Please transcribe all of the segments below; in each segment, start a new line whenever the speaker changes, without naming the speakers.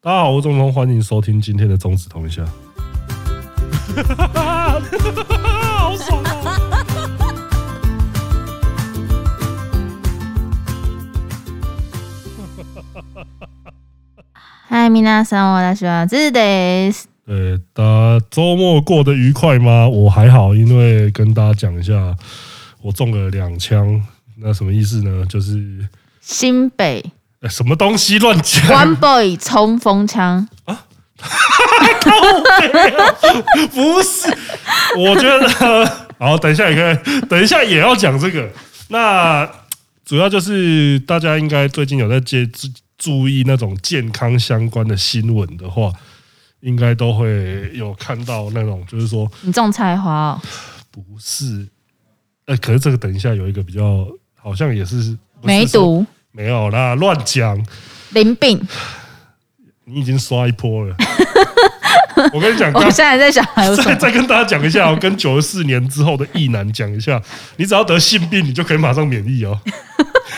大家好，我是钟通，欢迎收听今天的中指通一下。好爽啊！
嗨，米娜桑，我是阿志德。
对，大家周末过得愉快吗？我还好，因为跟大家讲一下，我中了两枪。那什么意思呢？就是、
新 北
呃什么东西乱讲，
One Boy 冲 锋枪，
不是？我觉得 好，等一下也可以，等一下也要讲这个。那主要就是大家应该最近有在接注注意那种健康相关的新闻的话，应该都会有看到那种，就是说
你种菜花哦？
不是，呃，可是这个等一下有一个比较，好像也是不
梅
是说
毒、
没有啦，乱讲，
淋病。
你已经刷一波了。我跟你讲，
我
刚
现在在想还有什
再
么？
再跟大家讲一下、哦，跟九十四年之后的异男讲一下，你只要得性病，你就可以马上免疫 哦，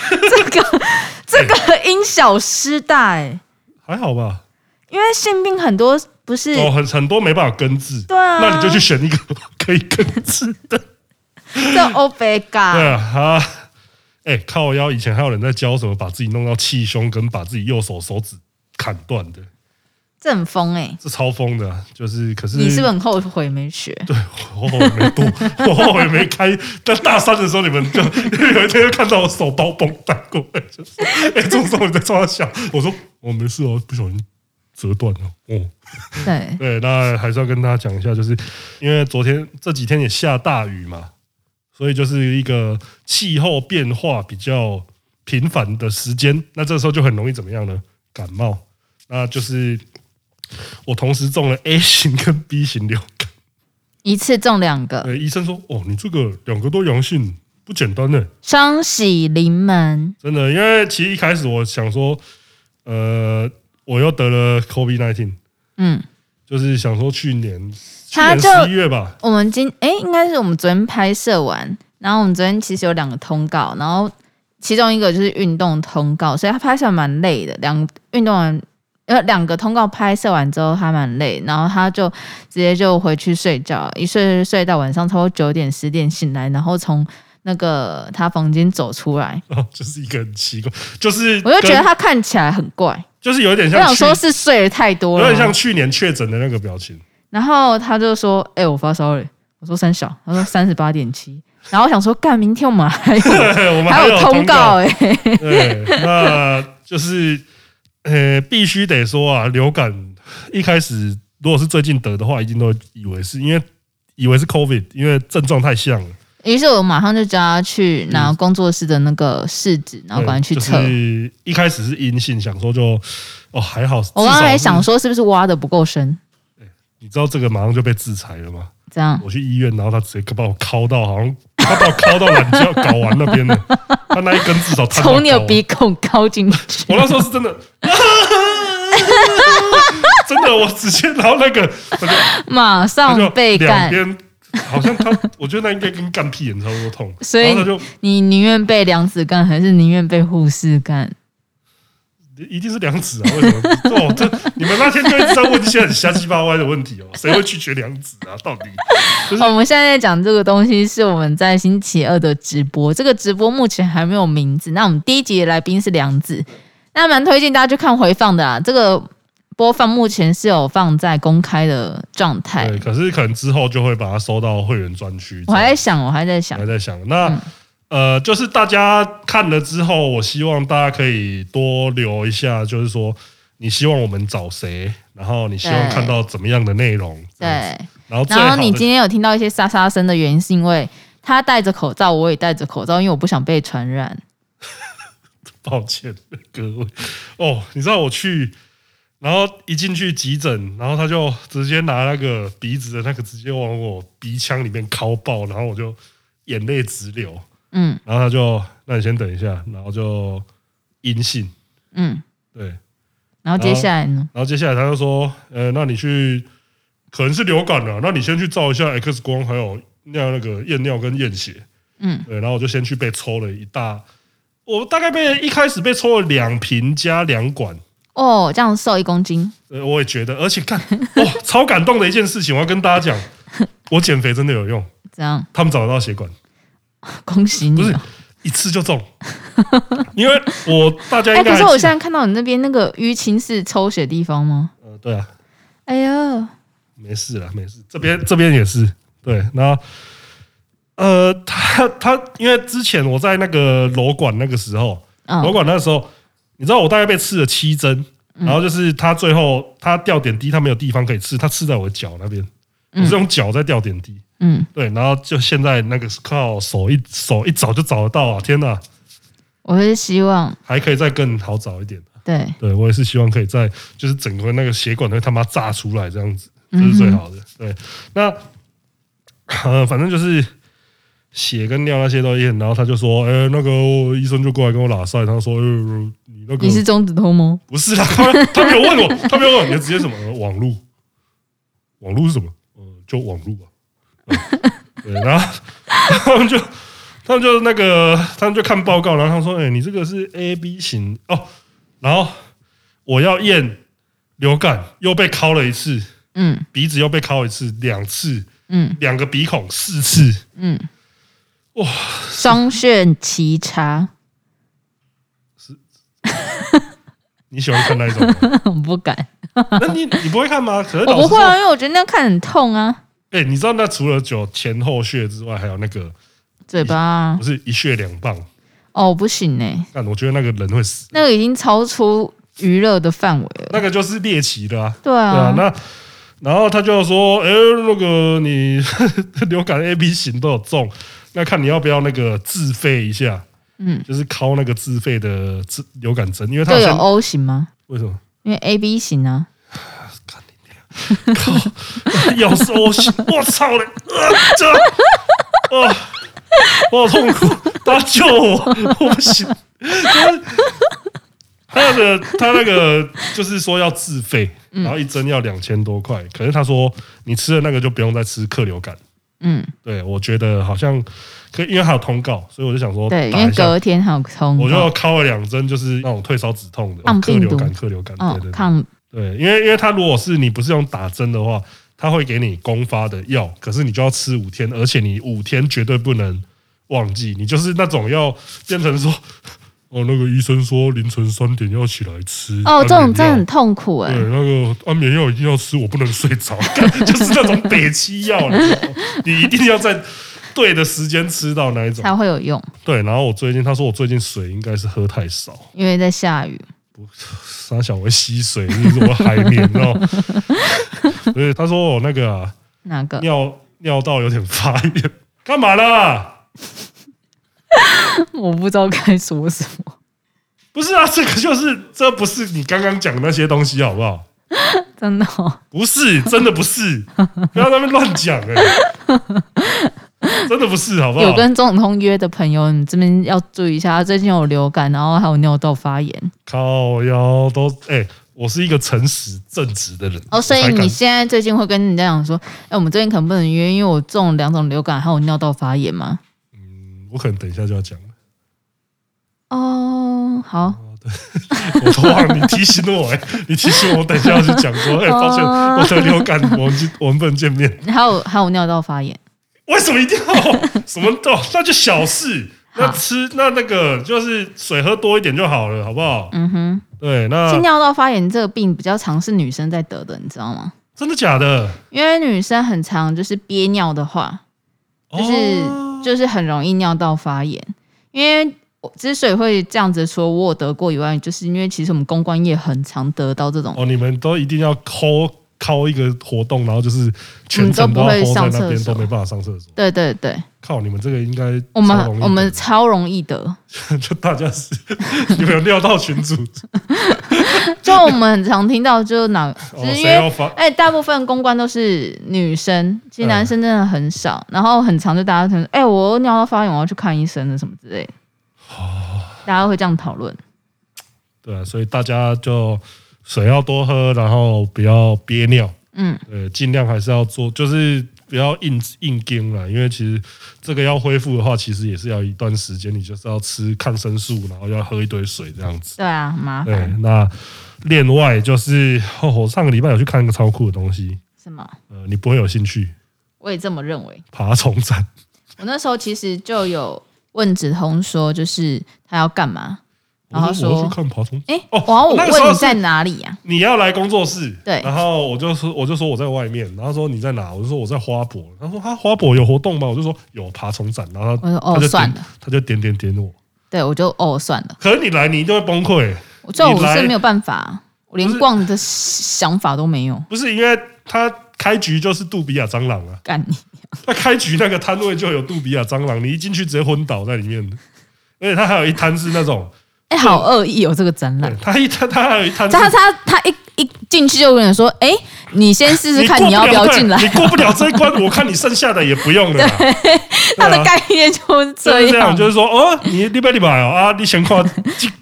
这个这个因小失大哎、
还好吧？
因为性病很多不是
哦，很很多没办法根治，
对啊
那你就去选一个可以根治 的。
这欧贝
对
嘎，
啊，啊，哎、靠腰，以前还有人在教什么把自己弄到气胸，跟把自己右手手指砍断的，
这很疯哎、
这超疯的啊，就是可是
你是不是很后悔没学？
我后悔没读，我 后悔没开。但大三的时候，你们就 有一天就看到我手包绷带过来，就说：“哎、钟总你在抓小。”我说：“我没事哦，不小心折断了。”哦，
对，
对，那还是要跟大家讲一下，就是因为昨天这几天也下大雨嘛，所以就是一个气候变化比较频繁的时间，那这时候就很容易怎么样呢？感冒。那就是我同时中了 A 型跟 B 型流感。
一次中两个，
呃，医生说，哦，你这个两个都阳性，不简单呢，
双喜临门。
真的。因为其实一开始我想说，呃，我又得了 COVID nineteen，
嗯，
就是想说去年去
他
年
就
十一月吧，
我们今哎、应该是我们昨天拍摄完，然后我们昨天其实有两个通告，然后其中一个就是运动通告，所以他拍摄蛮累的。两运动完，呃，两个通告拍摄完之后，他蛮累，然后他就直接就回去睡觉，一睡睡到晚上差不多九点十点醒来，然后从那个他房间走出来，
然后就是一个很奇怪，就是
我就觉得
跟
他看起来很怪，
就是有点
我
像
想
去
说是睡得太多
有
了
点像
吗，
去年确诊的那个表情。
然后他就说：“哎、我发烧了。”我说：“三小。”他说：“三十八点七。”然后我想说：“干，明天我们还有。”
我们
还
有
有通告
告，
哎、
对，那就是呃，必须得说啊，流感一开始如果是最近得的话，一定都以为是因为以为是 COVID，因为症状太像了。
于是我马上就叫他去拿工作室的那个试纸，然后赶快去测。
对嗯就是一开始是阴性，想说就哦还好。
我刚刚还
至少
想
是，
说是不是挖的不够深，
你知道这个马上就被制裁了吗？
这样
我去医院，然后他直接把我敲到，好像他把我敲到懒觉睾丸那 边了。他那一根至少探到
从你的
睾丸
鼻孔高进去。
我那时候是真的， 真的，我直接然后那个他就
马
啊他就
上被
两
干，
边。好像他，我觉得那应该跟干屁眼差不多痛，
所以
然后他就
你宁愿被梁子干，还是宁愿被护士干？
一定是两指啊？为什么？哦，这你们那天就一直在问一些很瞎七八歪的问 题哦，谁会拒绝两指啊？到底就是
哦我们现在在讲这个东西，是我们在星期二的直播。这个直播目前还没有名字。那我们第一集的来宾是梁子，那蛮推荐大家去看回放的啦。这个播放目前是有放在公开的状态。
对，可是可能之后就会把它收到会员专区。
我还在想，嗯我还在想
还，在想，那、呃，就是大家看了之后，我希望大家可以多留一下，就是说你希望我们找谁，然后你希望
对
看到怎么样的内容。这样子，
对。
然后最
然
好
后你
的
今天有听到一些沙沙声的原因，是因为他戴着口罩，我也戴着口罩，因为我不想被传染。
抱歉各位哦，你知道我去，然后一进去急诊，然后他就直接拿那个鼻子的那个直接往我鼻腔里面敲爆，然后我就眼泪直流，
嗯
然后他就那你先等一下，然后就阴性，
嗯，
对。
然
哦
后接下来呢？
然后接下来他就说，呃，那你去可能是流感了、那你先去照一下 X 光，还有尿那个验尿跟验血。
嗯，
对，然后我就先去被抽了一大，我大概被一开始被抽了两瓶加两管，
哦，这样瘦一公斤，
呃我也觉得，而且看 哇、超感动的一件事情，我要跟大家讲，我减肥真的有用，
这样
他们找得到血管，
恭喜你
不是
哦！
一次就中，因为我大家
哎、
应该还记
可
得、
是我现在看到你那边那个淤青是抽血地方吗？
呃对啊，
哎呀，
没事啦，没事，这边这边也是对，那。呃，他他，因为之前我在那个楼管那个时候，楼
嗯，
管那时候，你知道我大概被刺了七针，然后就是他最后他吊点滴，他没有地方可以刺，他刺在我的脚那边，我是用脚在吊点滴。
嗯，
对，然后就现在那个是靠手一手一找就找得到啊！天哪，
我是希望
还可以再更好找一点。
对，
对我也是希望可以在就是整个那个血管都他妈炸出来这样子，这是最好的。对，那呃，反正就是血跟尿那些都验，然后他就说，哎、那个我医生就过来跟我拉塞，他说，哎、你那个
你是中子通吗？
不是啦，他他没有问我，他没有问我，你就直接什么呃网路，网路是什么？呃，就网路啊。 嗯对，然后他们就他们就那个他们就看报告，然后他们说：“哎、你这个是 A B 型哦。”然后我要验流感，又被敲了一次，
嗯
鼻子又被敲一次，两次，
嗯
两个鼻孔四次，
嗯，哇，双旋奇差，
你喜欢看那一种 吗？
我不敢，
那你你不会看吗？可是
我
老
不
师
会
说，
啊，因为我觉得那样看很痛啊，
哎、你知道那除了酒前后穴之外，还有那个
嘴巴啊
不，是一穴两棒。
哦，不行呢、
但我觉得那个人会死，
那个已经超出娱乐的范围了。
那个就是猎奇的啊。
对
对啊
啊，，
那然后他就说：“哎、那个你 流感 A B 型都有中，那看你要不要那个自费一下，
嗯，
就是靠那个自费的自流感针，因为他
就有
先
O 型吗？
为什么？
因为 A B 型啊，
靠， 要是 O 型，我操嘞，呃这哦，我好痛苦，大家救我，我不行。” 就是他那个他那个就是说要自费，
嗯
然后一针要两千多块，可是他说你吃了那个就不用再吃克流感。
嗯，
对，我觉得好像可以，因为还有通告，所以我就想说打
对，因为
一下。
隔天还有通
我就
告，
敲了两针，就是那种退烧止痛的，
抗
克
病毒
流感、克流感，对
哦
对，对
抗
对，因为因为他如果是你不是用打针的话，他会给你公发的药，可是你就要吃五天，而且你五天绝对不能忘记，你就是那种要变成说，哦，那个医生说凌晨三点要起来吃
哦，这种
安眠
真的
药
很痛苦哎、
对，那个安眠药一定要吃，我不能睡着，干 就是那种北七药，你知道吗你一定要在对的时间吃到那一种。
才会有用，
对，然后我最近他说我最近水应该是喝太少，
因为在下雨。
傻小我会吸水，就是我海绵哦。 所以他说我那个、啊、
哪个？
尿尿道有点发炎，干嘛啦？
我不知道该说什么，
不是啊，这个就是这不是你刚刚讲的那些东西，好不好？
真的、哦。
不是，真的不 是，不要在那边乱讲哎、真的不是，好不好？
有跟钟永通约的朋友，你这边要注意一下，他啊最近有流感，然后还有尿道发炎。
靠腰都哎、我是一个诚实正直的人。
哦，所以
我才敢
你现在最近会跟人家讲说，哎、我们最近可能不能约，因为我中两种流感，还有尿道发炎吗？
嗯我可能等一下就要讲了，
哦，好，
我都忘了你提醒我哎、你提醒我等一下要去讲说，哎、抱歉，
哦
我得流感，我们就我们不能见面。
还有还有尿道发炎，
为什么一定要什么都？那就小事。那
好
吃那那个就是水喝多一点就好了，好不好？
嗯哼，
对，
其
那
实尿道发炎这个病比较常是女生在得的，你知道吗？
真的假的？
因为女生很常就是憋尿的话，就是、
哦
就是很容易尿道发炎。因为我之所以会这样子说，我有得过以外，就是因为其实我们公关业很常得到这种，
哦，你们都一定要抠抠一个活动，然后就是全程都要
我们都
hold 在
不会上
那边，
厕所
都没办法上厕所。
对对对，
靠，你们这个应该
嗯我
超容易
们
得
我们超容易得，
就大家是你们有料到群 主
就我们很常听到，就是哪，就
哦，
是因
谁
为
要发？
哎、大部分公关都是女生，其实男生真的很少。
嗯
然后很常就大家可能，哎、我尿道发炎，我要去看医生了什么之类的。
哦
大家会这样讨论，
对啊，所以大家就水要多喝，然后不要憋尿。
嗯，
对，尽量还是要做，就是不要硬硬盯了，因为其实这个要恢复的话，其实也是要一段时间，你就是要吃抗生素，然后要喝一堆水这样子。
对啊，很麻
对
烦。，
那恋外就是，哦，我上个礼拜有去看一个超酷的东西，
什么？
呃，你不会有兴趣，
我也这么认为。
爬虫展。
我那时候其实就有问子彤说，就是他要干嘛？然后
我
说
我要去看爬虫，
哎、
哦
然后我
那个时候
问你
是
在哪里啊呀、
你要来工作室，
对
然后我就说我就说我在外面，然后他说你在哪？我就说我在花博，他说他花博有活动吗？我就说有爬虫展，然后他
我说
他就
哦，
点
算了，
他就点点点我，
对我就哦算了，
可是你来你一定会崩溃，
我这
你
我
来
是没有办法，我连
不是
逛的想法都没有。
不是因为他开局就是杜比亚蟑螂啊，
干你！
他开局那个摊位就有杜比亚蟑螂，你一进去直接昏倒在里面，而且他还有一摊是那种，
哎、好恶意哦，这个展览
对。他一他他还有一摊是
他他他一一进去就跟你说，哎、你先试试看
过
你要不要
了
进来啊
对。你啊过不了这一关，我看你剩下的也不用 了啦。
他
对
的
啊
概念就
就
是这
是这样，
样。
就是说，哦，你你别你买哦啊，你先看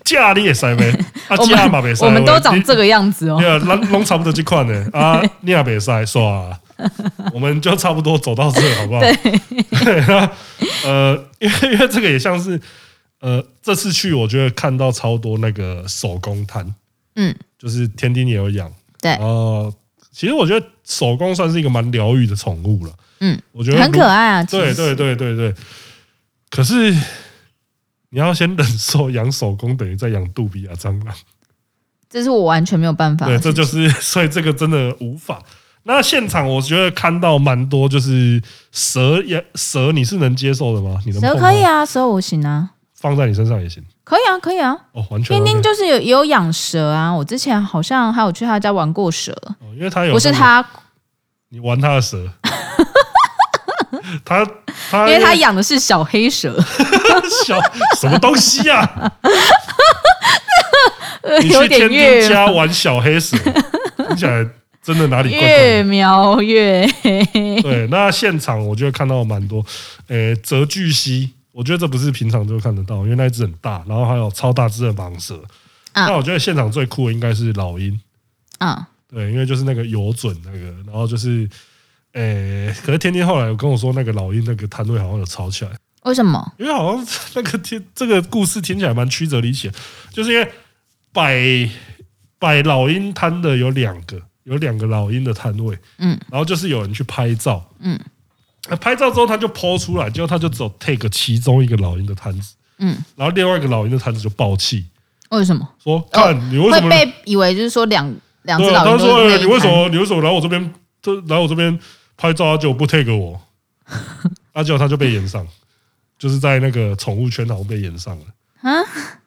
价你也塞 呗，啊
我
价嘛别
们
塞，
我们都长这个样子哦
你，对，啊，咱拢差不多这款呢 啊，你也别塞，算啊，我们就差不多走到这好不好？ 对，啊呃，因为因为这个也像是呃，这次去我觉得看到超多那个手工摊，
嗯，
就是天丁也有养，
对
哦，其实我觉得手工算是一个蛮疗愈的宠物了，
嗯，
我觉得
很
如
可爱啊。
对
其实
对，对对对。可是你要先忍受养手工等于在养杜比亚蟑螂，
这是我完全没有办法的
对，
事情。
这就是 所以这个真的无法。那现场我觉得看到蛮多，就是蛇也蛇，你是能接受的吗？你能
蛇
碰
可以
吗，
啊，蛇我行啊，
放在你身上也行
可以啊，可以啊。
哦，完全
丁
OK、
丁就是有也有养蛇啊，我之前好像还有去他家玩过蛇，
哦，因为他有
不是
那个，
他，
你玩他的 蛇，他
因
他
为他养的是小黑蛇，
小什么东西呀、啊？你
有
去
点
天
越
丁家玩小黑蛇，听起来真的哪里怪怪
越
的。
描越黑。
对，那现场我觉得看到蛮多，呃，折巨蜥，我觉得这不是平常就看得到，因为那一只很大，然后还有超大只的蟒蛇。
啊
那我觉得现场最酷的应该是老鹰，
嗯，
对，因为就是那个有准那个，然后就是，呃，可是天天后来有跟我说，那个老鹰那个摊位好像有吵起来。
为什么？
因为好像那个听这个故事听起来蛮曲折离奇的，就是因为摆摆老鹰摊的有两个，有两个老鹰的摊位，
嗯，
然后就是有人去拍照，
嗯，
那拍照之后他就剖出来，结果他就只有 take 其中一个老鹰的摊子，
嗯，
然后另外一个老鹰的摊子就爆气，
为什么
说看、你为
哦会
什么
被以为就是说两两只
对啊
老
他
鹰
说、
都
呃
是
你
那
为
一
什
摊？
么你为什么来我这边这来我这边拍照啊，就不 take 我，啊，结果他就被延上，就是在那个宠物圈好像被延上了。
啊，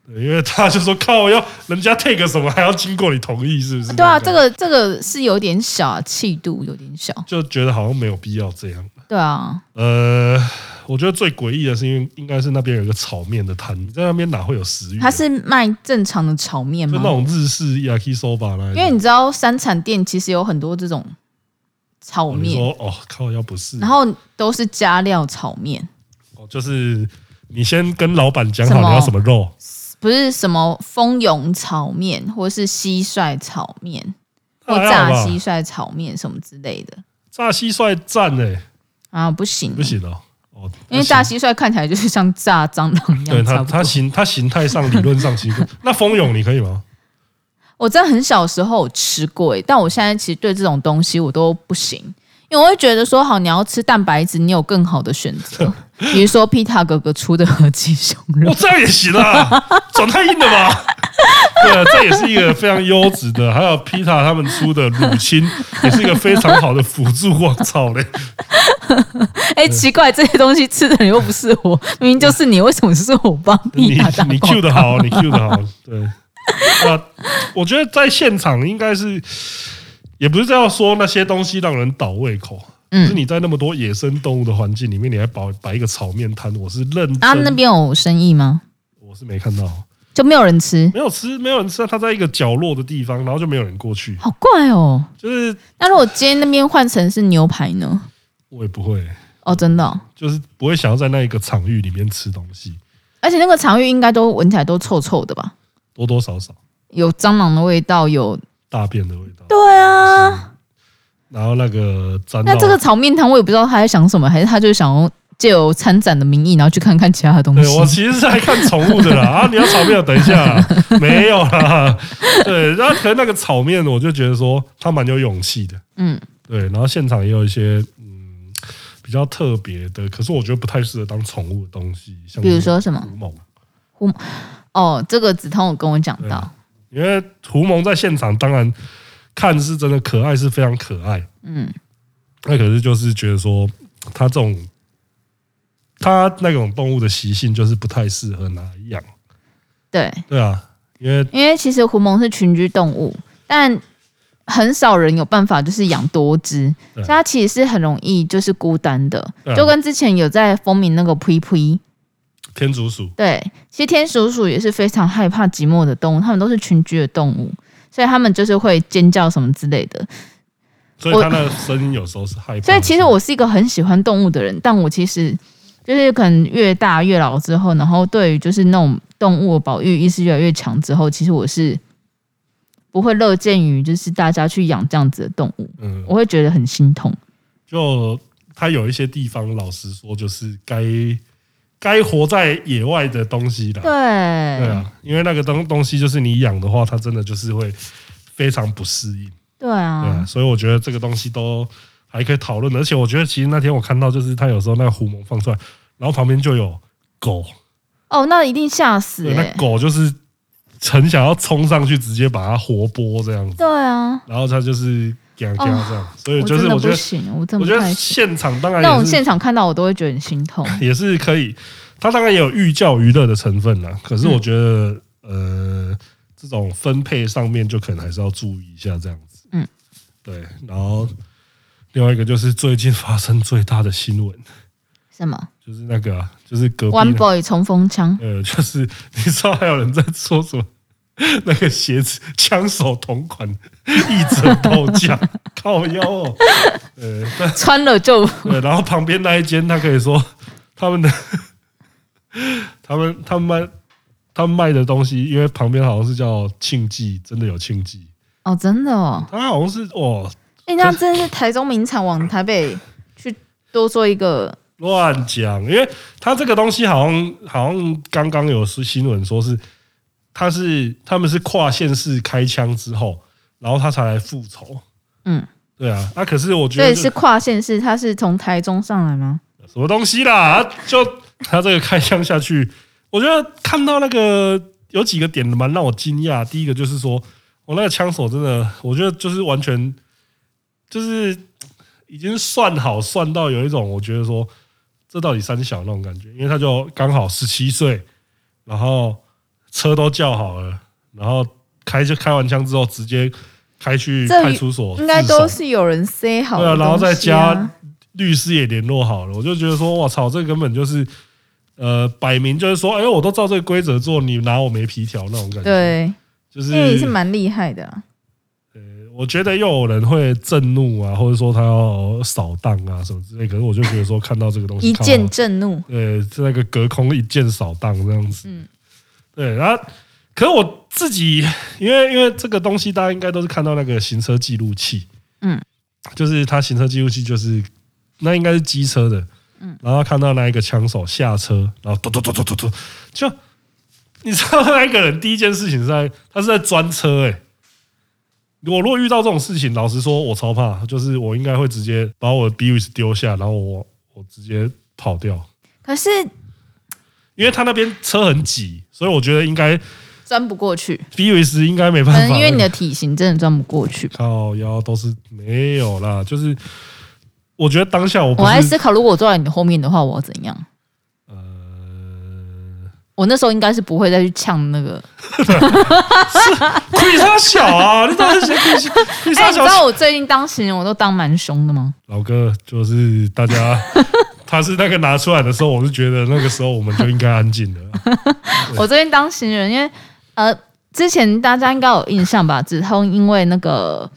对，因为他就说靠，要人家 take 什么还要经过你同意，是不是？
对啊，这个这个是有点小啊气度，有点小。
就觉得好像没有必要这样。
对啊，
呃，我觉得最诡异的是，因为应该是那边有一个炒面的摊，你在那边哪会有食欲啊？
它是卖正常的炒面
就
吗
那？种日式 yaki soba 那一种，
因为你知道山产店其实有很多这种炒
哦你
面，
说哦靠，要不是，
然后都是加料炒面，
哦就是你先跟老板讲好
什么
你要什么肉，
不是什么蜂蛹炒面，或是蟋蟀炒面，或
那还
炸
好吧
蟋蟀炒面什么之类的
哎炸蟋蟀赞哎、
啊，不行，
不，行哦。哦，
因为炸蟋蟀看起来就是像炸蟑螂一
对
样，差
它
不多
它。形它形态上理论上其实 那蜂蛹你可以吗？
我真的很小时候有吃过、欸，但我现在其实对这种东西我都不行，因为我会觉得说，好，你要吃蛋白质，你有更好的选 择，比如说皮塔哥哥出的和鸡胸
哦
肉，，
这样也行 啊，转太硬了吧？对，啊这也是一个非常优质的，还有 Pita 他们出的乳清，也是一个非常好的辅助。我操嘞！
哎、奇怪，这些东西吃的人又不是我，明明就是你，为什么是我帮
你
你打打
你
广
Q 的好，你 Q 的好，对。那我觉得在现场应该是，也不是这样说那些东西让人倒胃口，
嗯
就是你在那么多野生动物的环境里面，你还摆摆一个炒面摊，我是认
啊，那
真，
边有生意吗？
我是没看到，
就没有人吃，
没有吃，没有人吃，它在一个角落的地方，然后就没有人过去，
好怪哦。
就是
那如果今天那边换成是牛排呢？
我也不会。
哦，真的哦、
就是不会想要在那一个场域里面吃东西，
而且那个场域应该都闻起来都臭臭的吧？
多多少少
有蟑螂的味道，有
大便的味道。
对啊，
然后那个沾到
那这个炒面摊我也不知道他在想什么，还是他就想要借由参展的名义，然后去看看其他的东
对我
西。
其实是来看宠物 的啦啊！你要炒面，等一下啦，没有啦。对，然后可能那个炒面，我就觉得说他蛮有勇气的，
嗯，
对。然后现场也有一些嗯比较特别的，可是我觉得不太适合当宠物的东西，像是
比如说什么
狐獴，
哦，这个子通有跟我讲到，
因为狐獴在现场当然看是真的可爱，是非常可爱，
嗯
那可是就是觉得说，它这种它那种动物的习性就是不太适合拿来养，
对，
对啊，因为
因为其实狐獴是群居动物，但很少人有办法就是养多只，
对
所以它其实是很容易就是孤单的
对，啊
就跟之前有在风靡那个 p 呸，
天竺鼠
对，其实天竺鼠也是非常害怕寂寞的动物，它们都是群居的动物，所以它们就是会尖叫什么之类的。
所以它的声音有时候是害怕的。
所以其实我是一个很喜欢动物的人，但我其实就是可能越大越老之后，然后对于就是那种动物的保育意识越来越强之后，其实我是不会乐见于就是大家去养这样子的动物，
嗯，
我会觉得很心痛。
就它有一些地方，老实说，就是该该活在野外的东西啦
对，。
对啊，因为那个东东西就是你养的话，它真的就是会非常不适应。
对
对啊，
啊，
所以我觉得这个东西都还可以讨论的。而且我觉得，其实那天我看到，就是它有时候那个狐獴放出来，然后旁边就有狗，
哦，那一定吓死
对，
哎、
那
欸！
狗就是很想要冲上去，直接把它活剥这样子，
对啊，
然后它就是嘎嘎这样，所以
哦我
就
真
是
的
我觉
不
得，
行，我真
我
的
觉
不
得
太行。
现场当
那
然
种
也是
现场看到我都会觉得很心痛。
也是可以，它当然也有寓教于乐的成分啦。可
嗯
是我觉得，呃，这种分配上面就可能还是要注意一下这样子。
嗯，
对。然后另外一个就是最近发生最大的新闻，
什么
就是那个啊、就是隔壁
？One
那
Boy 冲锋枪？
呃，就是 你知道还有人在说什么？ 那个鞋子枪手同款， 一折到价， 靠腰哦。呃，但
穿了就
对，然后旁边那一间，他可以说 他们的，他们他们卖他们卖的东西，因为旁边好像是叫庆记，真的有庆记，
哦，真的哦。
他好像是哦
哎、那真是台中名产往台北去多做一个，
乱讲，因为他这个东西好像好像刚刚有新闻说是他是他们是跨县市开枪之后，然后他才来复仇，
嗯，
对啊，那、可是我觉
所
得
以是跨县市，它是从台中上来吗？
什么东西啦？就他这个开枪下去，我觉得看到那个有几个点蛮让我惊讶。第一个就是说，我那个枪手真的，我觉得就是完全就是已经算好，算到有一种我觉得说这到底三小那种感觉，因为他就刚好十七岁，然后车都叫好了，然后开就开完枪之后直接开去
这
派出所自首，
应该都是有人塞好的、
哦对啊，然后再加
家，
律师也联络好了，我就觉得说，我操，这根本就是呃，摆明就是说，哎、我都照这个规则做，你拿我没皮条那种感觉。，
对，
就
因为
是
也是蛮厉害的啊啦。
我觉得又有人会震怒啊，或者说他要扫荡啊什么之类，可是我就觉得说，看到这个东西，
一
靠
见震怒，
对，这那个隔空一箭扫荡这样子。
嗯
对，然后可是我自己，因为因为这个东西大家应该都是看到那个行车记录器，
嗯，
就是它行车记录器就是那应该是机车的，
嗯，
然后看到那一个枪手下车，然后嘟嘟嘟嘟嘟嘟，就你知道那个人第一件事情是在他是在钻车、欸，哎。我如果遇到这种事情，老实说，我超怕，就是我应该会直接把我的 B 位置丢下，然后我我直接跑掉。
可是
因为他那边车很挤，所以我觉得应该
钻不过去，
b u s 应该没
可
办
能
法。
嗯因为你的体型真的钻不过去。
靠腰都是没有啦，就是我觉得当下我不
我在
是
思考，如果我坐在你的后面的话，我要怎样？
呃，
我那时候应该是不会再去呛那个。
亏他小啊，你到底谁亏亏
哎、
他
你
小
知？道我最近当行人，我都当蛮凶的吗？
老哥就是大家，他是那个拿出来的时候，我是觉得那个时候我们就应该安静了。
我最近当行人，因为呃，之前大家应该有印象吧？子通因为那个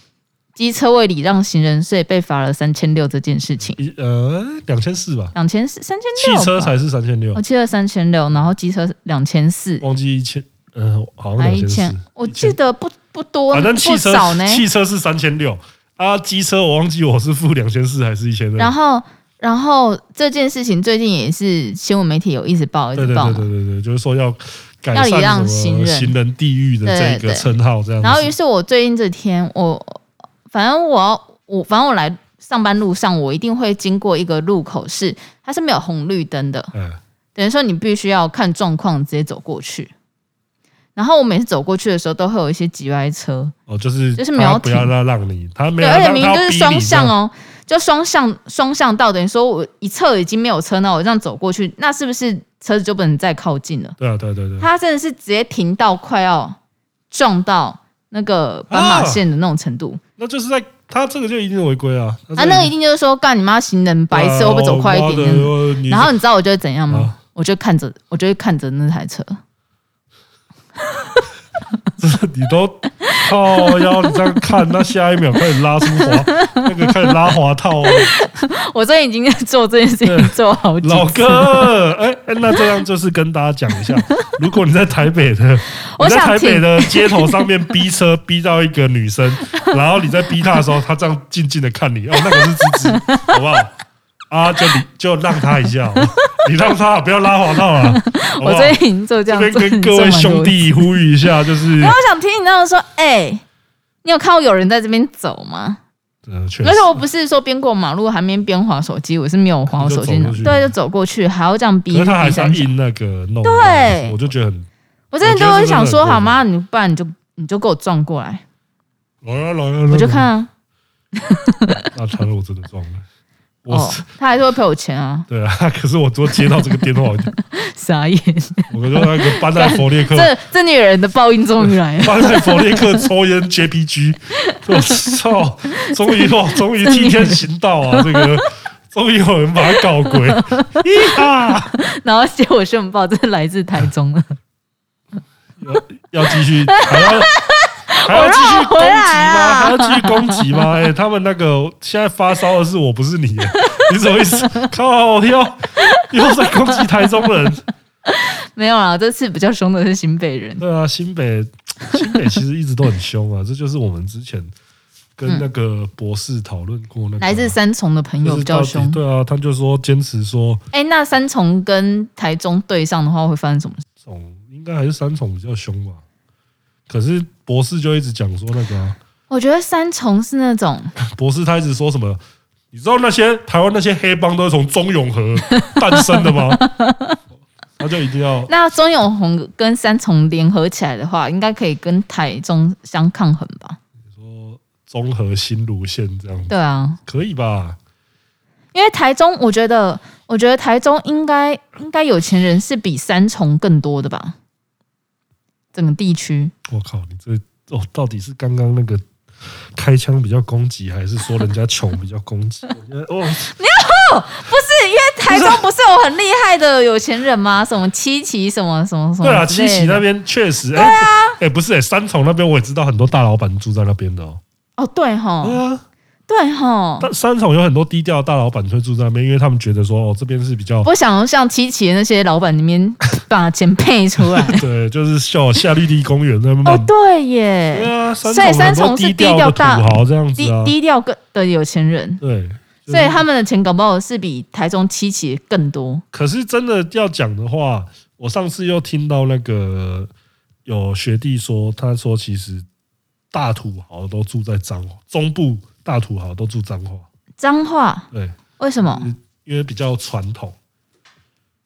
机车位礼让行人，所以被罚了三千六这件事情，
一呃，两千四吧，
两千四三千
汽
六，
车才是三千六
我，记得三千六，然后机车两千四，
忘记一千，呃，好
还
像
一
两
千
千四，，
我记得不不多，
反正汽
不
车
少呢。
汽车是三千六啊，机车我忘记我是付两千四还是一千二。
然后，然后这件事情最近也是新闻媒体有一直报，一
对
直
对
报
对
嘛。
对对对，就是说要改
要礼
善
让
什
行
么
人
行人地狱的
对
这
对
个
对
称号这样子。
然后于是我最近这天，我反正我要我反正我来上班路上，我一定会经过一个路口是它是没有红绿灯的，
嗯，
等于说你必须要看状况直接走过去。然后我每次走过去的时候，都会有一些急歪车，
哦，就是
就是没有
他不要
停
让让你，他没
对，
有
而
让，
且明明
他
就
要
是
逼
双
你这样
向哦，就双向双向道，等于说我一侧已经没有车，那我这样走过去，那是不是车子就不能再靠近了？
对啊，对对对，
他真的是直接停到快要撞到那个斑马线的那种程度，
那就是在他这个就一定违规啊。
啊，那个一定就是说干你妈行人白痴，
我
会不会走快一点？这样然后你知道我就会怎样吗
啊？
我就看着，我就会看着那台车，
你都靠腰，你这样看，那下一秒开始拉出滑，那个开始拉滑套哦，
我最近已经在做这件事情做好几
老
次。
哥，哎、哎那这样就是跟大家讲一下，如果你在台北的，
我
你在
想
台北
请
的街头上面逼车逼到一个女生，然后你在逼她的时候，她这样静静的看你，哦，那个是芝芝，好不好？啊，就你就让她一下好不好，你让她不要拉滑套了，好不
我
好？
最近已经做这
这
样
边
做，
跟各位
做蛮多
兄
次
弟呼吁一下，就是
然后我想听你那样说，哎、你有看到有人在这边走吗？
呃，确实
而且我不是说边过马路还边边划手机，我是没有划我手机
你就走
的
过去，
对，就走过去，还要这样
可
逼
是他还
逼
是要
三下。
印那个弄，啊
对
我就觉得很，
我真的就会想
我
说，
觉得这真的很过分
好吗？你不然你就你就给我撞过来，
来来来来，
我就看啊。
那传了我真的撞了，我
哦
是，
他还是会赔我钱啊，
对啊， 可是我昨天接到这个电话，我就
傻眼！
我就那个班代佛列克，
这这女人的报应终于 来了，
班代佛列克抽烟 JPG，我操，终于 哦，终于替天行道啊，这个。终于有人把他搞鬼，咦啊！
然后结果炫报，这是来自台中 的，
要继续还要还要继
哦
续攻击吗？还要继续攻击吗？哎、他们那个现在发烧的是我，不是你，哎你什么意思？靠，又又在攻击台中人？
没有啦，这次比较凶的是新北人，
对啊，新北新北其实一直都很凶啊，这就是我们之前跟那个博士讨论过那个啊、
嗯来自三重的朋
就
友
是
比
到
较
底
凶。
对啊，他就说坚持说
哎、那三重跟台中对上的话，会发生什么事？
这种应该还是三重比较凶吧，可是博士就一直讲说那个、啊。
我觉得三重是 那种，
博士他一直说什么？你知道那些台湾那些黑帮都是从中永和诞生的吗？ 他就一定要
那钟永红跟三重联合起来的话，应该可以跟台中相抗衡吧？
说中和新芦县这样，
对啊，
可以吧？
因为台中，我觉得，我觉得台中应该应该有钱人是比三重更多的吧？整个地区，
我靠，你这哦，到底是刚刚那个开枪比较攻击，还是说人家穷比较攻击？ 我觉得哦，
不是因为台中不是有很厉害的有钱人吗？什么七旗什么什么什么？
对啊，七喜那边确实，哎、
哦
啊，哎、不是哎、三重那边我也知道很多大老板住在那边的哦。
哦，对
对
吼，
啊，
对吼，
但三重有很多低调的大老板会住在那边，因为他们觉得说哦，这边是比较
不想像七旗的那些老板里面把钱配 出来。
对，就是像夏绿地公园那边
哦
慢，
对耶，
对啊，三
所
重
以
很
三
多
重是
低
低
调的
调
土
大
豪这样
低
子啊，
低调个的有钱人，
对。啊就是
所以他们的钱搞不好是比台中七期更多。
可是真的要讲的话，我上次又听到那个有学弟说，他说其实大土豪都住在彰化，中部大土豪都住彰化，
脏话
对，
为什
嗯
么？
因为比较传统，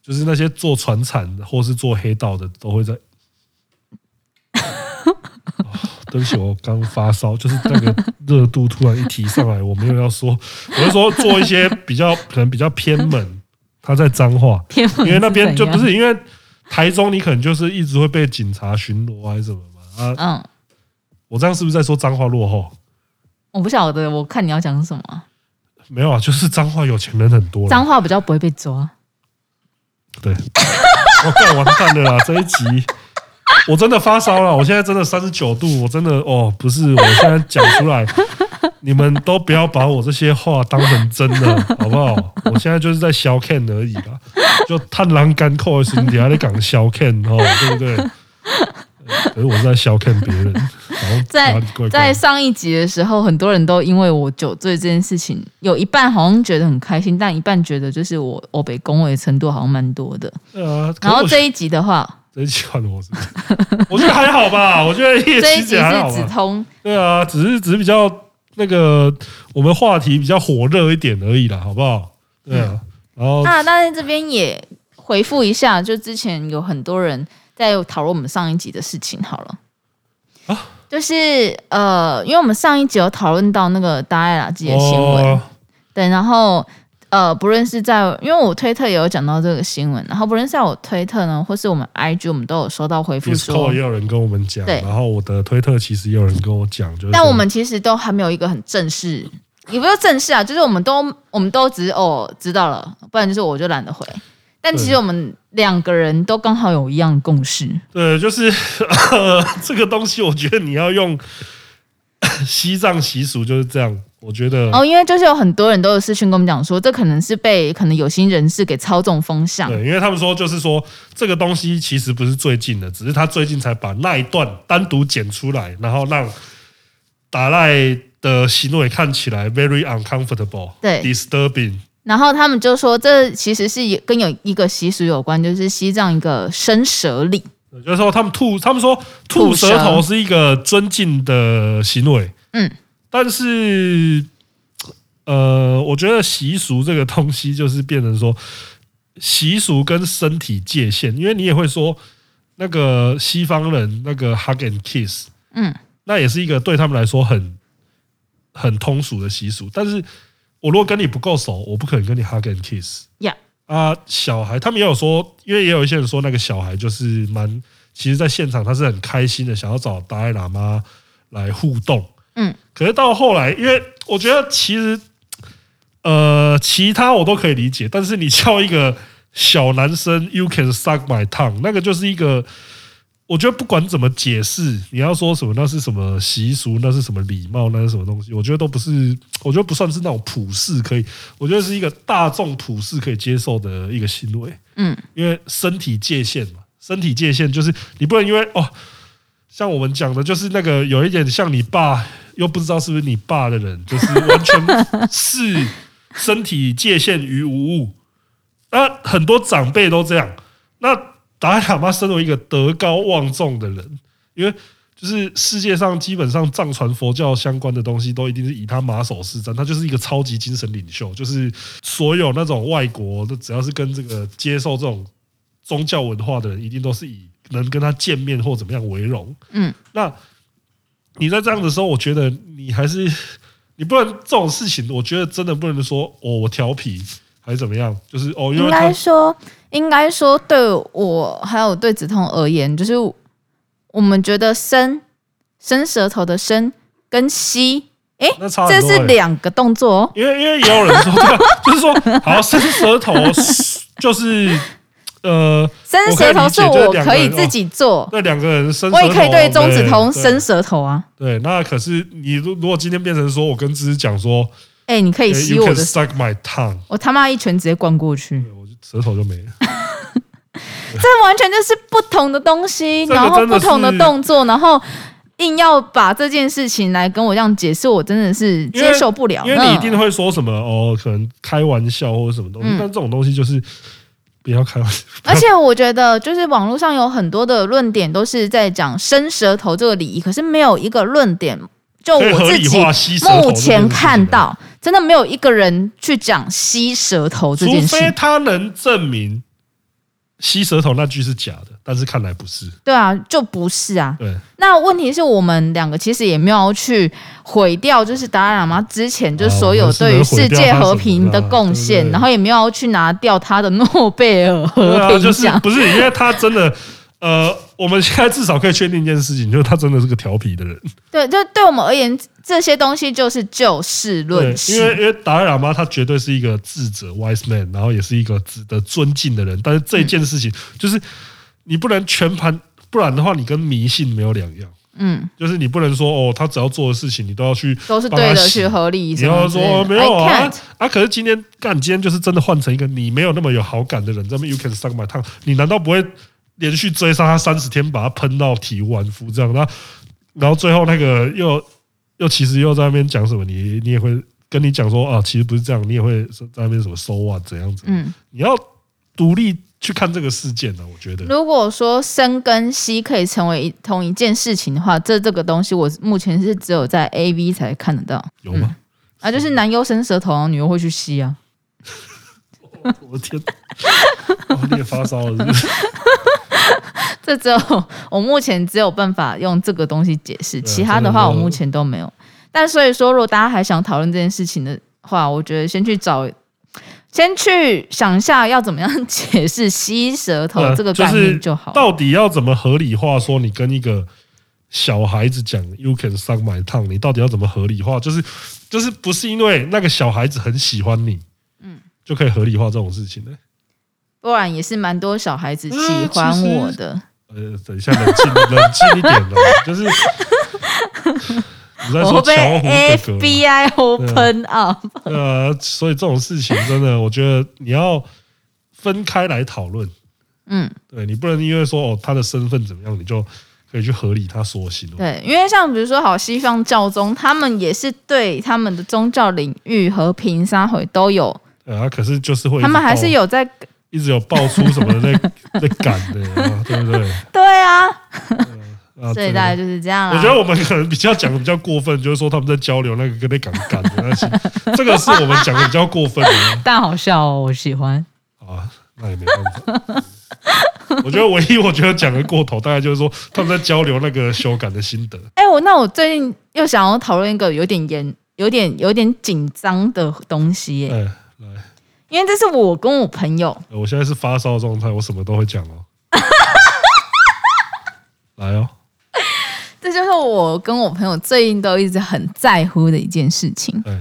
就是那些做船产的或是做黑道的都会在。 哦对不起，我刚发烧，就是那个热度突然一提上来，我没有要说，我是说做一些比较可能比较偏门，他在脏话，
偏门
因为那边就不
嗯怎样
是因为台中，你可能就是一直会被警察巡逻还是什么嘛啊，
嗯，
我这样是不是在说脏话落后？
我不晓得，我看你要讲什么啊。
没有啊，就是脏话有钱人很多啦，
脏话比较不会被抓，
对， 我干完蛋了啊啦！这一集我真的发烧了，我现在真的三十九度，我真的哦，不是，我现在讲出 来，你们都不要把我这些话当成真的，好不好？我现在就是在消 can 而啊已啦，就探狼干扣的兄弟还在讲消 can 哦，对不对？可是我是在消看别人，然后
在
哪里怪怪的
在上一集的时候，很多人都因为我酒醉这件事情，有一半好像觉得很开心，但一半觉得就是我我被恭维程度好像蛮多的。
呃，可是
然后
我
这一集的话，
这一期换我是，我觉得还好吧，我觉得叶
这一
琪
集
姐还好
是只
吧，
通
对啊，只是只是比较那个我们话题比较火热一点而已啦，好不好？对啊，然后
啊，那在这边也回复一下，就之前有很多人在讨论我们上一集的事情，好了。
啊
就是呃，因为我们上一集有讨论到那个达赖喇嘛的新闻，
哦
对，然后呃，不论是在因为我推特也有讲到这个新闻，然后不论是在我推特呢，或是我们 IG，我们都有收到回复
Discord
说
也，有人跟我们讲，
对
然后我的推特其实也有人跟我讲，就是
但
说
我们其实都还没有一个很正式，也不是正式啊，就是我们都我们都只是哦知道了，不然就是我就懒得回。但其实
对
我们两个人都刚好有一样的共识，
对，就是 呃，这个东西，我觉得你要用 西藏习俗就是这样，我觉得
哦，因为就是有很多人都有私讯跟我们讲说，这可能是被可能有心人士给操纵风向，
对，因为他们说就是说这个东西其实不是最近的，只是他最近才把那一段单独剪出来，然后让达赖的行为看起来 very uncomfortable，
对
，disturbing，
然后他们就说，这其实是有跟有一个习俗有关，就是西藏一个生蛇礼。
对就是说他们吐，他们说
吐
吐舌
舌
头是一个尊敬的行为，
嗯，
但是呃，我觉得习俗这个东西就是变成说习俗跟身体界限，因为你也会说那个西方人那个 hug and kiss，
嗯，
那也是一个对他们来说很很通俗的习俗，但是我如果跟你不够熟，我不可能跟你 hug and kiss。
呀
啊，小孩他们也有说，因为也有一些人说那个小孩就是蛮，其实在现场他是很开心的，想要找达赖喇嘛来互动。
嗯，
可是到后来，因为我觉得其实，呃，其他我都可以理解，但是你叫一个小男生 “You can suck my tongue”，那个就是一个，我觉得不管怎么解释，你要说什么那是什么习俗，那是什么礼貌，那是什么东西，我觉得都不是，我觉得不算是那种普世可以，我觉得是一个大众普世可以接受的一个行为。
嗯，
因为身体界限嘛，身体界限就是你不能因为哦，像我们讲的，就是那个有一点像你爸，又不知道是不是你爸的人，就是完全是身体界限于无物。那很多长辈都这样。那达赖喇嘛身为一个德高望重的人，因为就是世界上基本上藏传佛教相关的东西都一定是以他马首是瞻，他就是一个超级精神领袖，就是所有那种外国的只要是跟这个接受这种宗教文化的人，一定都是以能跟他见面或怎么样为荣。
嗯，
那你在这样的时候，我觉得你还是你不能这种事情，我觉得真的不能说哦，我调皮还是怎么样，就是哦，因
应
为他
该说，应该说，对我还有对子通而言，就是我们觉得伸伸舌头的伸跟吸，诶，
那差很
这
多
是
欸
两个动作哦。
因为因为也有人说， 对啊就是说，好伸舌头就是呃，
伸舌头是我可以自己做，
那两个人伸舌头，
我也可以对中指头
对
伸舌头啊。
对，那可是你如如果今天变成说我跟芝芝讲说，
诶，你可以
呃
吸
you
哎我
can
的，
suck my tongue，
我他妈一拳直接灌过去，
对我就舌头就没了。
这完全就是不同的东西，
这个
然后
真的
不
是
同的动作，然后硬要把这件事情来跟我这样解释，我真的是接受不了呢。
因为你一定会说什么哦，可能开玩笑或者什么东西，
嗯
但这种东西就是不要开玩笑。
而且我觉得，就是网络上有很多的论点都是在讲伸舌头这个礼仪，可是没有一个论点，就
可以
哦我
合
自
理
己
化吸舌头这
目
件事情啊
前看，到，真的没有一个人去讲吸舌头这
除
件事。
非他能证明吸舌头那句是假的，但是看来不是。
对啊，就不是啊。
对，
那问题是我们两个其实也没有去毁掉，就是达赖喇嘛之前就所有对于世界和平的贡献，
啊我们是没有毁掉他什么的啊对不对
然后也没有去拿掉他的诺贝尔
对啊，
和
就
平
是
奖。
不是因为他真的。呃，我们现在至少可以确定一件事情，就是他真的是个调皮的人。
对，啊就对我们而言，这些东西就是就事
对
论，
因为
事。
因为达赖喇嘛他绝对是一个智者 （wise man），然后也是一个值得尊敬的人。但是
嗯
这件事情，就是你不能全盘，不然的话，你跟迷信没有两样。
嗯，
就是你不能说哦，他只要做的事情，你都要去
都是
帮他
对的，
洗
去合理
你
什么
要
之类的。
说没有
I
啊
can't
啊！可是今天干，今天就是真的换成一个你没有那么有好感的人，这么 you can suck my tongue，你难道不会连续追杀他三十天，把他喷到体无完肤这样。然后，然后最后那个又又其实又在那边讲什么，你你也会跟你讲说啊，其实不是这样，你也会在那边什么收啊怎样子。
嗯，
你要独立去看这个事件呢、我觉得。
如果说生跟息可以成为一同一件事情的话，这这个东西我目前是只有在 A V 才看得到
有吗？
啊，就是男优伸舌头，然后女优会去吸啊。
我的天，哦你也发烧了是不是？
这只有我目前只有办法用这个东西解释，
对啊
其他的话
真的
我
是
目前都没有。但所以说，如果大家还想讨论这件事情的话，我觉得先去找，先去想一下要怎么样解释吸舌头
对啊
这个
就
概
是
念就好。
到底要怎么合理化？说你跟一个小孩子讲 “You can suck my tongue”，你到底要怎么合理化？就是就是不是因为那个小孩子很喜欢你，嗯，就可以合理化这种事情呢？
不然也是蛮多小孩子喜欢我的。
呃，等一下，冷静冷静一点 哦，就是你在
我
说
被
乔 虎哥哥吗
FBI open up，
呃，所以这种事情真的，我觉得你要分开来讨论。
嗯，
对你不能因为说哦他的身份怎么样，你就可以去合理他所行。
对，因为像比如说好西方教宗，他们也是对他们的宗教领域和平杀毁都有，
对啊，可是就是会一直
他们还是
爆
有在
一直有爆出什么在 在赶的，啊对不对？
对啊，
啊，
所以
这个
大概就是这样
我
啦。
觉得我们可能比较讲的比较过分，就是说他们在交流那个跟那赶赶的那 些，这个是我们讲的比较过分的
但好笑哦，我喜欢。
啊，那也没办法。我觉得唯一我觉得讲的过头，大概就是说他们在交流那个修改的心得。
哎、我那我最近又想要讨论一个有点严、有点有点紧张的东西耶、
哎，
因为这是我跟我朋友，
我现在是发烧状态，我什么都会讲 哦。来哦，
这就是我跟我朋友最近都一直很在乎的一件事情。
哎，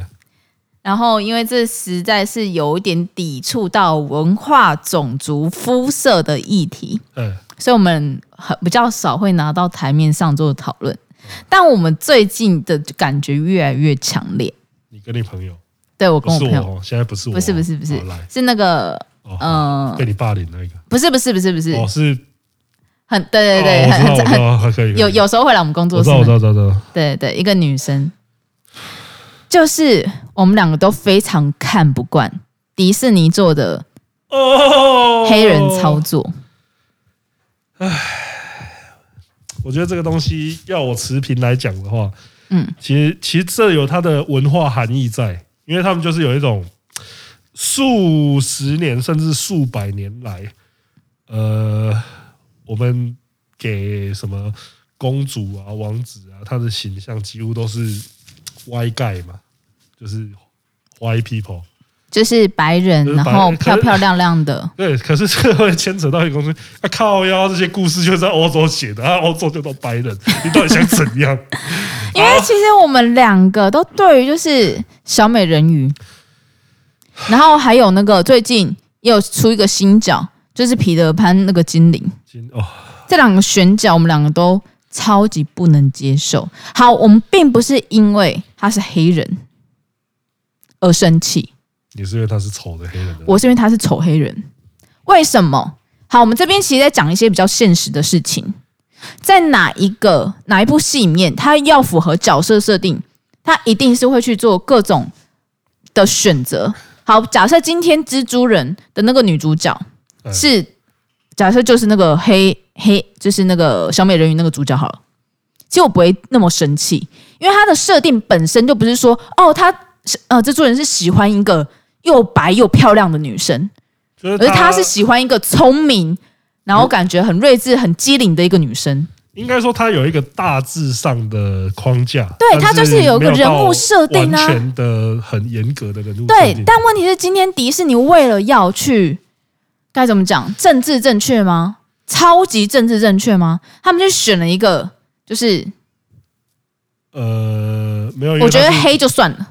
然后，因为这实在是有一点抵触到文化、种族、肤色的议题，
哎，
所以我们很比较少会拿到台面上做讨论。但我们最近的感觉越来越强烈。
你跟你朋友，
对我
不
跟我
是
朋
我
友，
哦，现在不是我哦，
不是不是不是
好来，
是那个
哦，
嗯
被你霸凌那个。
不是不是不是不是，
哦，是，
很对对对，
哦
很
我知道，我
很
知
很
道， 还可以，可以
有，有时候会来我们工作
我
室
知道，
门，
我知道，我知道，我知道
对对，一个女生，就是我们两个都非常看不惯迪士尼做的
哦，
黑人操，作，
我觉得这个东西要我持平来讲的话，
嗯，
其实其实这有它的文化含义在，因为他们就是有一种数十年甚至数百年来，呃，我们给什么公主啊、王子啊，他的形象几乎都是歪盖嘛，就是 white people。
就是白人，
就是
然
白
后
人
漂
可是
漂亮亮 的，
对，可是这会牵扯到一个东西，啊靠腰这些故事就是在欧洲写的，啊欧洲就都白人， 你到底想怎样？
因为其实我们两个都对于就是小美人鱼，然后还有那个最近也有出一个新角，就是彼得潘那个精灵。
今 哦，
这两个选角，我们两个都超级不能接受。好，我们并不是因为他是黑人而生气，
你是因为他是丑的黑人的，啊
我是因为他是丑黑人。为什么？好，我们这边其实在讲一些比较现实的事情，在哪一个哪一部戏里面，他要符合角色设定，他一定是会去做各种的选择。好，假设今天蜘蛛人的那个女主角
嗯
是，假设就是那个黑黑，就是那个小美人鱼那个主角好了。其实我不会那么生气，因为他的设定本身就不是说哦，他是呃蜘蛛人是喜欢一个又白又漂亮的女生，
就是
而他
他
是喜欢一个聪明，然后感觉很睿智、很机灵的一个女生。
应该说他有一个大致上的框架，
对他
但
就是有一个
没到
人物设定啊
完全的很严格的人物设
嗯对
定，，
但问题是，今天迪士尼为了要去该怎么讲政治正确吗？超级政治正确吗？他们就选了一个，就是
呃没有，因为
我觉得
他是
黑就算了，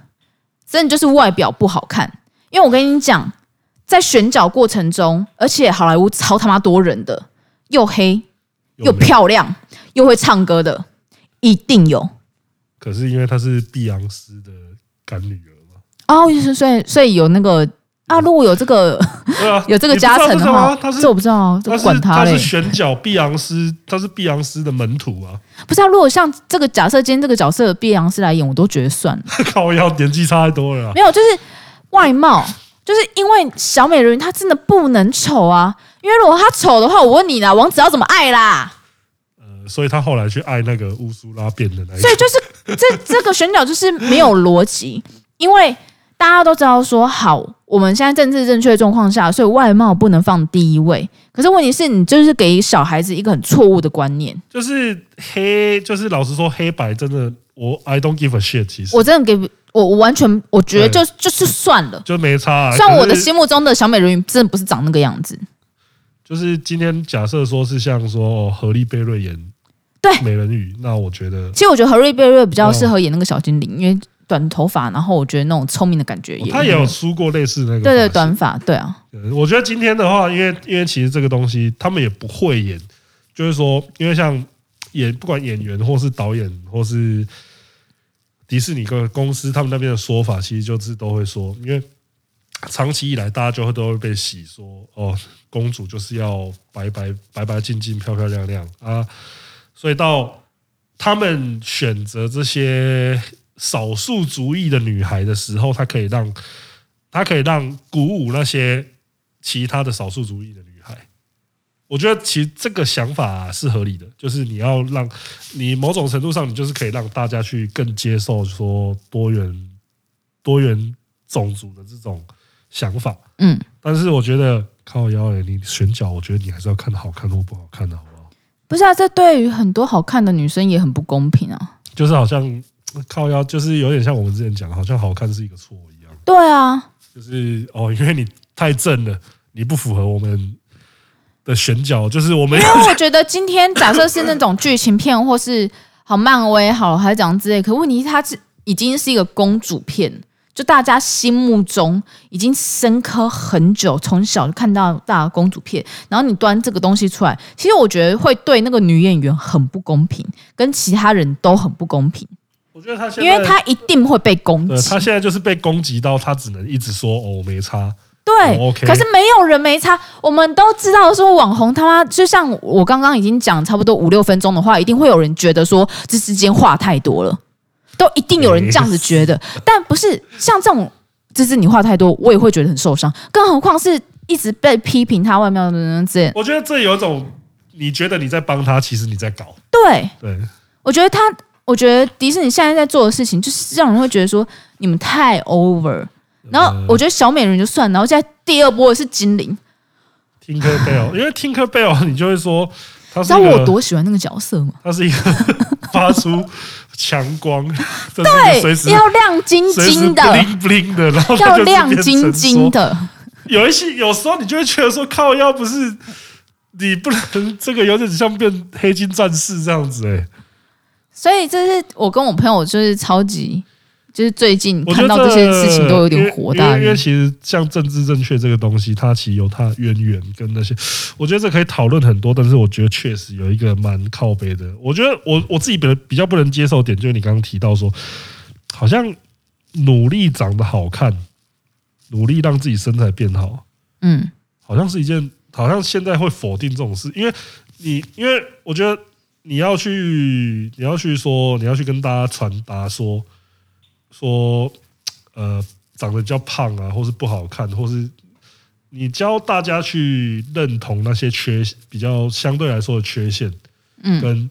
真的就是外表不好看。因为我跟你讲，在选角过程中，而且好莱坞超他妈多人的，又黑又
有没有，
漂亮又会唱歌的，一定有
可是因为他是碧昂斯的干女儿嘛，
哦。所以所以所以有那个啊，如果有这个
对啊，
有这个加成的话
嗯你不知道这是什么，他是
这我不知道啊，这
他
不
是
管
他
嘞
是。选角碧昂斯，他是碧昂斯的门徒啊，
不是啊，如果像这个假设，今天这个角色的碧昂斯来演，我都觉得算了。
靠腰年纪差太多了啊。
没有，就是外貌，就是因为小美人鱼她真的不能丑啊。因为如果她丑的话，我问你啦，王子要怎么爱啦？
呃所以他后来去爱那个乌苏拉变的那一
所以
个，
就是 这这个选角就是没有逻辑，因为大家都知道说好，我们现在政治正确的状况下，所以外貌不能放第一位。可是问题是你就是给小孩子一个很错误的观念，
就是黑，就是老实说黑白真的，我 I don't give a shit，其实
我真的给不我我完全我觉得
对
就就是算了。
就没差、哎啊。嗯
虽然我的
可是
心目中的小美人鱼真的不是长那个样子，
就是今天假设说是像说哦何丽贝瑞演
对
美人鱼，那我觉得
其实我觉得何瑞贝瑞比较适合演那个小精灵，因为短头发，然后我觉得那种聪明的感觉也。
哦他也有梳过类似那个
对
发
对
型
短发，对啊，
对我觉得今天的话，因为因为其实这个东西他们也不会演，就是说，因为像演不管演员或是导演或是迪士尼公公司，他们那边的说法，其实就是都会说，因为长期以来大家就会都会被洗说，哦，公主就是要白白白白净净、漂漂亮亮啊，所以到他们选择这些少数族裔的女孩的时候，她可以让它可以让鼓舞那些其他的少数族裔的女孩。我觉得其实这个想法、是合理的，就是你要让你某种程度上，你就是可以让大家去更接受说多元多元种族的这种想法。
嗯，
但是我觉得靠腰诶、你选角，我觉得你还是要看好看或不好看的，好不好？
不是啊，这对于很多好看的女生也很不公平啊。
就是好像靠腰，就是有点像我们之前讲的，好像好看是一个错一样。
对啊，
就是哦，因为你太正了，你不符合我们的选角，就是我 们
因为我觉得今天假设是那种剧情片，或是好漫威好还是讲之类，可问题是它是已经是一个公主片，就大家心目中已经深刻很久，从小就看到大的公主片，然后你端这个东西出来，其实我觉得会对那个女演员很不公平，跟其他人都很不公平，
我觉得他现
因
在，
为她一定会被攻
对
击
他。现在就是被攻击到，他只能一直说哦，我没差，
对、
哦，OK
可是没有人没差，我们都知道说网红他妈就像我刚刚已经讲差不多五六分钟的话，一定会有人觉得说这之间话太多了，都一定有人这样子觉 得。但不是像这种，就是你话太多，我也会觉得很受伤，更何况是一直被批评他外貌的之类的。
我觉得这有一种你觉得你在帮他，其实你在搞，
对，
对，
我觉得他，我觉得迪士尼现在在做的事情，就是让人会觉得说你们太 over。然后
嗯
我觉得小美人鱼就算，然后现在第二波的是精灵，
听课 bell，因为听课 bell，你就会说他
知
是
道
一
我
哦个，
多喜欢那个角色吗？
他是一个发出强 光，对随时
对，要亮晶
随时
晶的，
bling bling 的，然后他
要
就是
亮
变成
晶晶
说
的。
有一些有时候你就会觉得说靠腰不是你不能这个有点像变黑金战士这样子哎、
所以这是我跟我朋友就是超级，就是最近
我觉
看
得
到这些事情都有点火
因为
大
因为因为
于。
其实像政治正确这个东西，它其实有它的渊源跟那些，我觉得这可以讨论很多。但是我觉得确实有一个蛮靠背的，我觉得我我自己本来比较不能接受的点，就是你刚刚提到说，好像努力长得好看，努力让自己身材变好，
嗯，
好像是一件，好像现在会否定这种事，因为你，因为我觉得你要去，你要去说，你要去跟大家传达说，说，呃，长得比较胖啊，或是不好看，或是你教大家去认同那些缺，比较相对来说的缺陷，
嗯
跟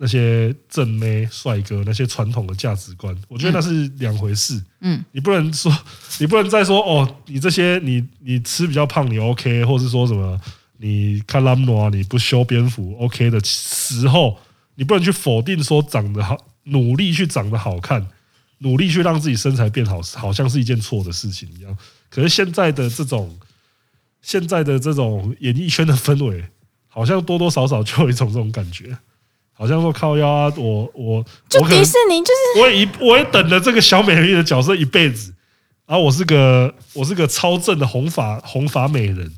那些正妹、帅哥那些传统的价值观，我觉得那是两回事，
嗯，
你不能说。你不能再说哦，你这些你你吃比较胖你 OK，或是说什么你看拉姆啊你不修边幅 OK 的时候，你不能去否定说长得好，努力去长得好看，努力去让自己身材变好，好像是一件错的事情一样。可是现在的这种现在的这种演艺圈的氛围，好像多多少少就有一种这种感觉。好像说靠腰啊，我我
就
我可能
迪士尼就是
我也一我也等了这个小美人鱼的角色一辈子，然后我是个我是个超正的红发红发美人，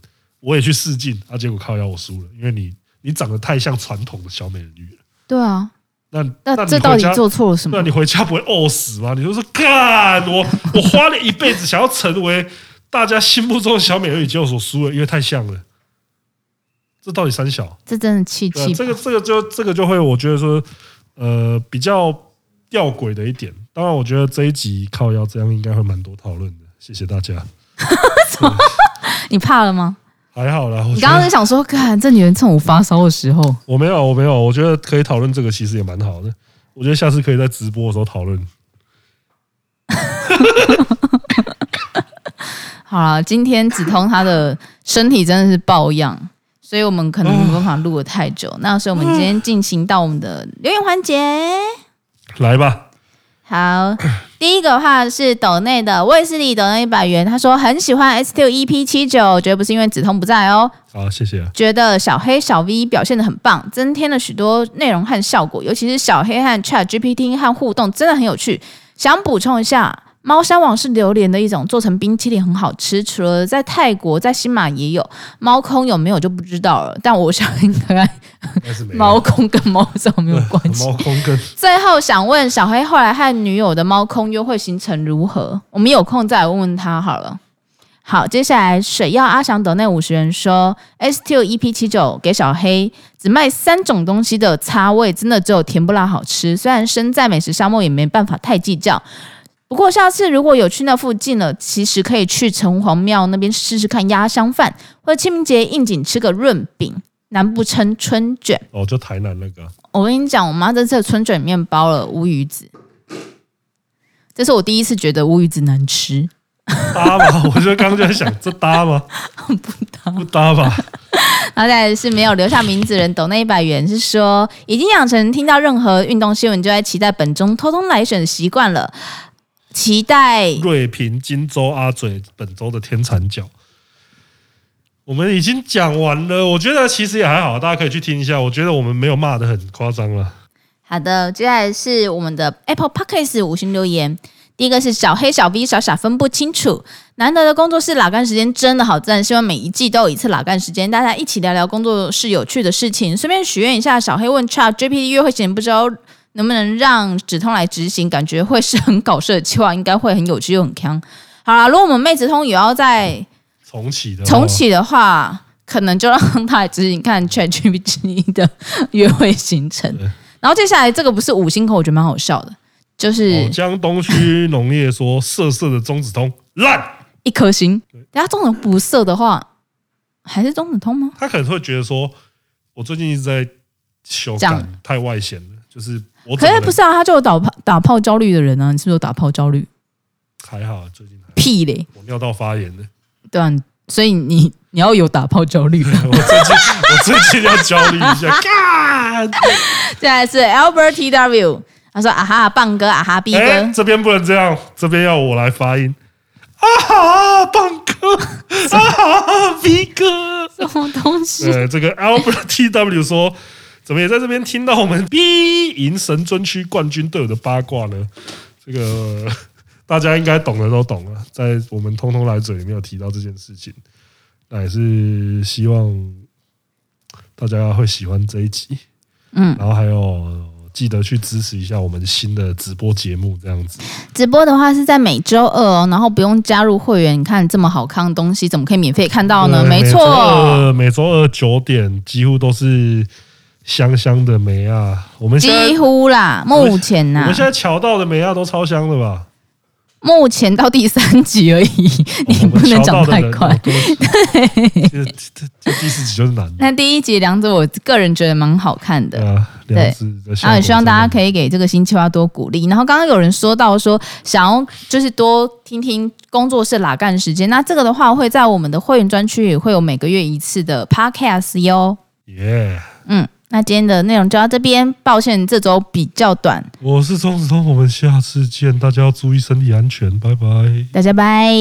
我也去试镜，啊，结果靠腰我输了，因为你你长得太像传统的小美人鱼了。
对啊，
那
那
你
这到
回
底
家，
做错了什么
那？你回家不会饿死吗？你就说干我我花了一辈子想要成为大家心目中的小美人鱼结果所输了，因为太像了。这到底三小？
这真的气
对啊
气、
这个这个就这个就会，我觉得说，呃，比较吊诡的一点。当然，我觉得这一集靠腰这样应该会蛮多讨论的。谢谢大家，
你怕了吗？
还好啦。我
你
觉
刚刚
得
就想说，看这女人趁我发烧的时候，
我没有，我没有，我觉得可以讨论这个，其实也蛮好的。我觉得下次可以在直播的时候讨论。
好了，今天子通她的身体真的是抱恙，所以我们可能没办法录的太久。那所以我们今天进行到我们的留言环节。
来吧，
好，第一个的话是斗内的卫斯理斗内一百元，他说很喜欢 S Two EP 七九，绝对不是因为子通不在哦，
好，谢啊 谢。
觉得小黑小 V 表现的很棒，增添了许多内容和效果，尤其是小黑和 Chat GPT 和互动真的很有趣。想补充一下，猫山王是榴莲的一种，做成冰淇淋很好吃，除了在泰国，在新马也有，猫空有没有就不知道了，但我想应该
应该是没有啊
猫空跟猫山王没有关系。
猫空跟
最后想问小黑，后来和女友的猫空约会行程如何？我们有空再来问问他好了。好，接下来水曜阿翔斗内五十元说，S Two EP 七九给小黑只卖三种东西的差位，真的只有甜不辣好吃。虽然身在美食沙漠，也没办法太计较。不过下次如果有去那附近了，其实可以去城隍庙那边试试看鸭香饭，或者清明节应景吃个润饼，难不成春卷？
哦，就台南那个啊
我跟你讲，我妈这次的春卷面包了乌鱼子，这是我第一次觉得乌鱼子难吃。
搭吗？ 我就刚刚就在想，这搭 吗？不搭，不搭吧？
然后再来是没有留下名字的人，抖那一百元是说已经养成听到任何运动新闻就在期待本中偷偷来选的习惯了，期待
瑞平、金州、阿嘴本周的天蚕角，我们已经讲完了。我觉得其实也还好，大家可以去听一下。我觉得我们没有骂的很夸张了。
好的，接下来是我们的 Apple Podcast 五星留言。第一个是小黑、小 V、小傻分不清楚，难得的工作室拉杆时间真的好赞，希望每一季都有一次拉杆时间，大家一起聊聊工作室有趣的事情，顺便许愿一下。小黑问 Chat GPT 约会前不知道能不能让止痛来执行，感觉会是很搞事的计划，应该会很有趣又很强。好啦，如果我们妹子通也要在
重启的话，
重启的话，可能就让他来执行看 ChatGPT 的约会行程
对。
然后接下来这个不是五星口，我觉得蛮好笑的，就是
哦。江东区农业说，色色的中子通烂，
一颗星。等下中等不色的话，还是中等通吗？
他可能会觉得说，我最近一直在修
这
改
样，
太外显了，就是我
可
怎么
是
能
不是啊，他就有打炮打炮焦虑的人啊，你是不是有打炮焦虑？
还好，最近还好
屁嘞，
我尿道发炎了。
对啊，所以你你要有打炮焦 虑。
我最近我最近要焦虑一下，干！
接下来是 Albert T W，他说啊哈棒哥啊哈 B 哥，
哎，这边不能这样，这边要我来发音。啊哈，棒哥，啊哈，V 哥。
什么东西？啊
呃，这个 Albert T W 说，怎么也在这边听到我们 B 赢神尊区冠军队友的八卦呢？这个 大家应该懂的都懂了，在我们通通来嘴里面有提到这件事情，那也是希望大家会喜欢这一集，
嗯，
然后还有。记得去支持一下我们新的直播节目，这样子。
直播的话是在每周二哦，然后不用加入会员。你看这么好看的东西，怎么可以免费看到哦呢？
对
没
每周
错，
二每周二九点几乎都是香香的梅啊。我们现在
几乎啦。目前啊
我
呐、
们现在瞧到的梅亚都超香的吧？
目前到第三集而已， 你不能讲太
哦
快。
对，哦这这这第四集就是难的。
那第一集梁子，我个人觉得蛮好看的
对。啊，
对
两只的效果
然后也希望大家
以
可以给这个新计划多鼓励。然后刚刚有人说到说想要就是多听听工作室拉干时间，那这个的话会在我们的会员专区也会有每个月一次的 podcast 哟。
耶！
嗯，那今天的内容就到这边，抱歉这周比较短，
我是钟子通，我们下次见，大家要注意身体安全，拜拜。
大家拜。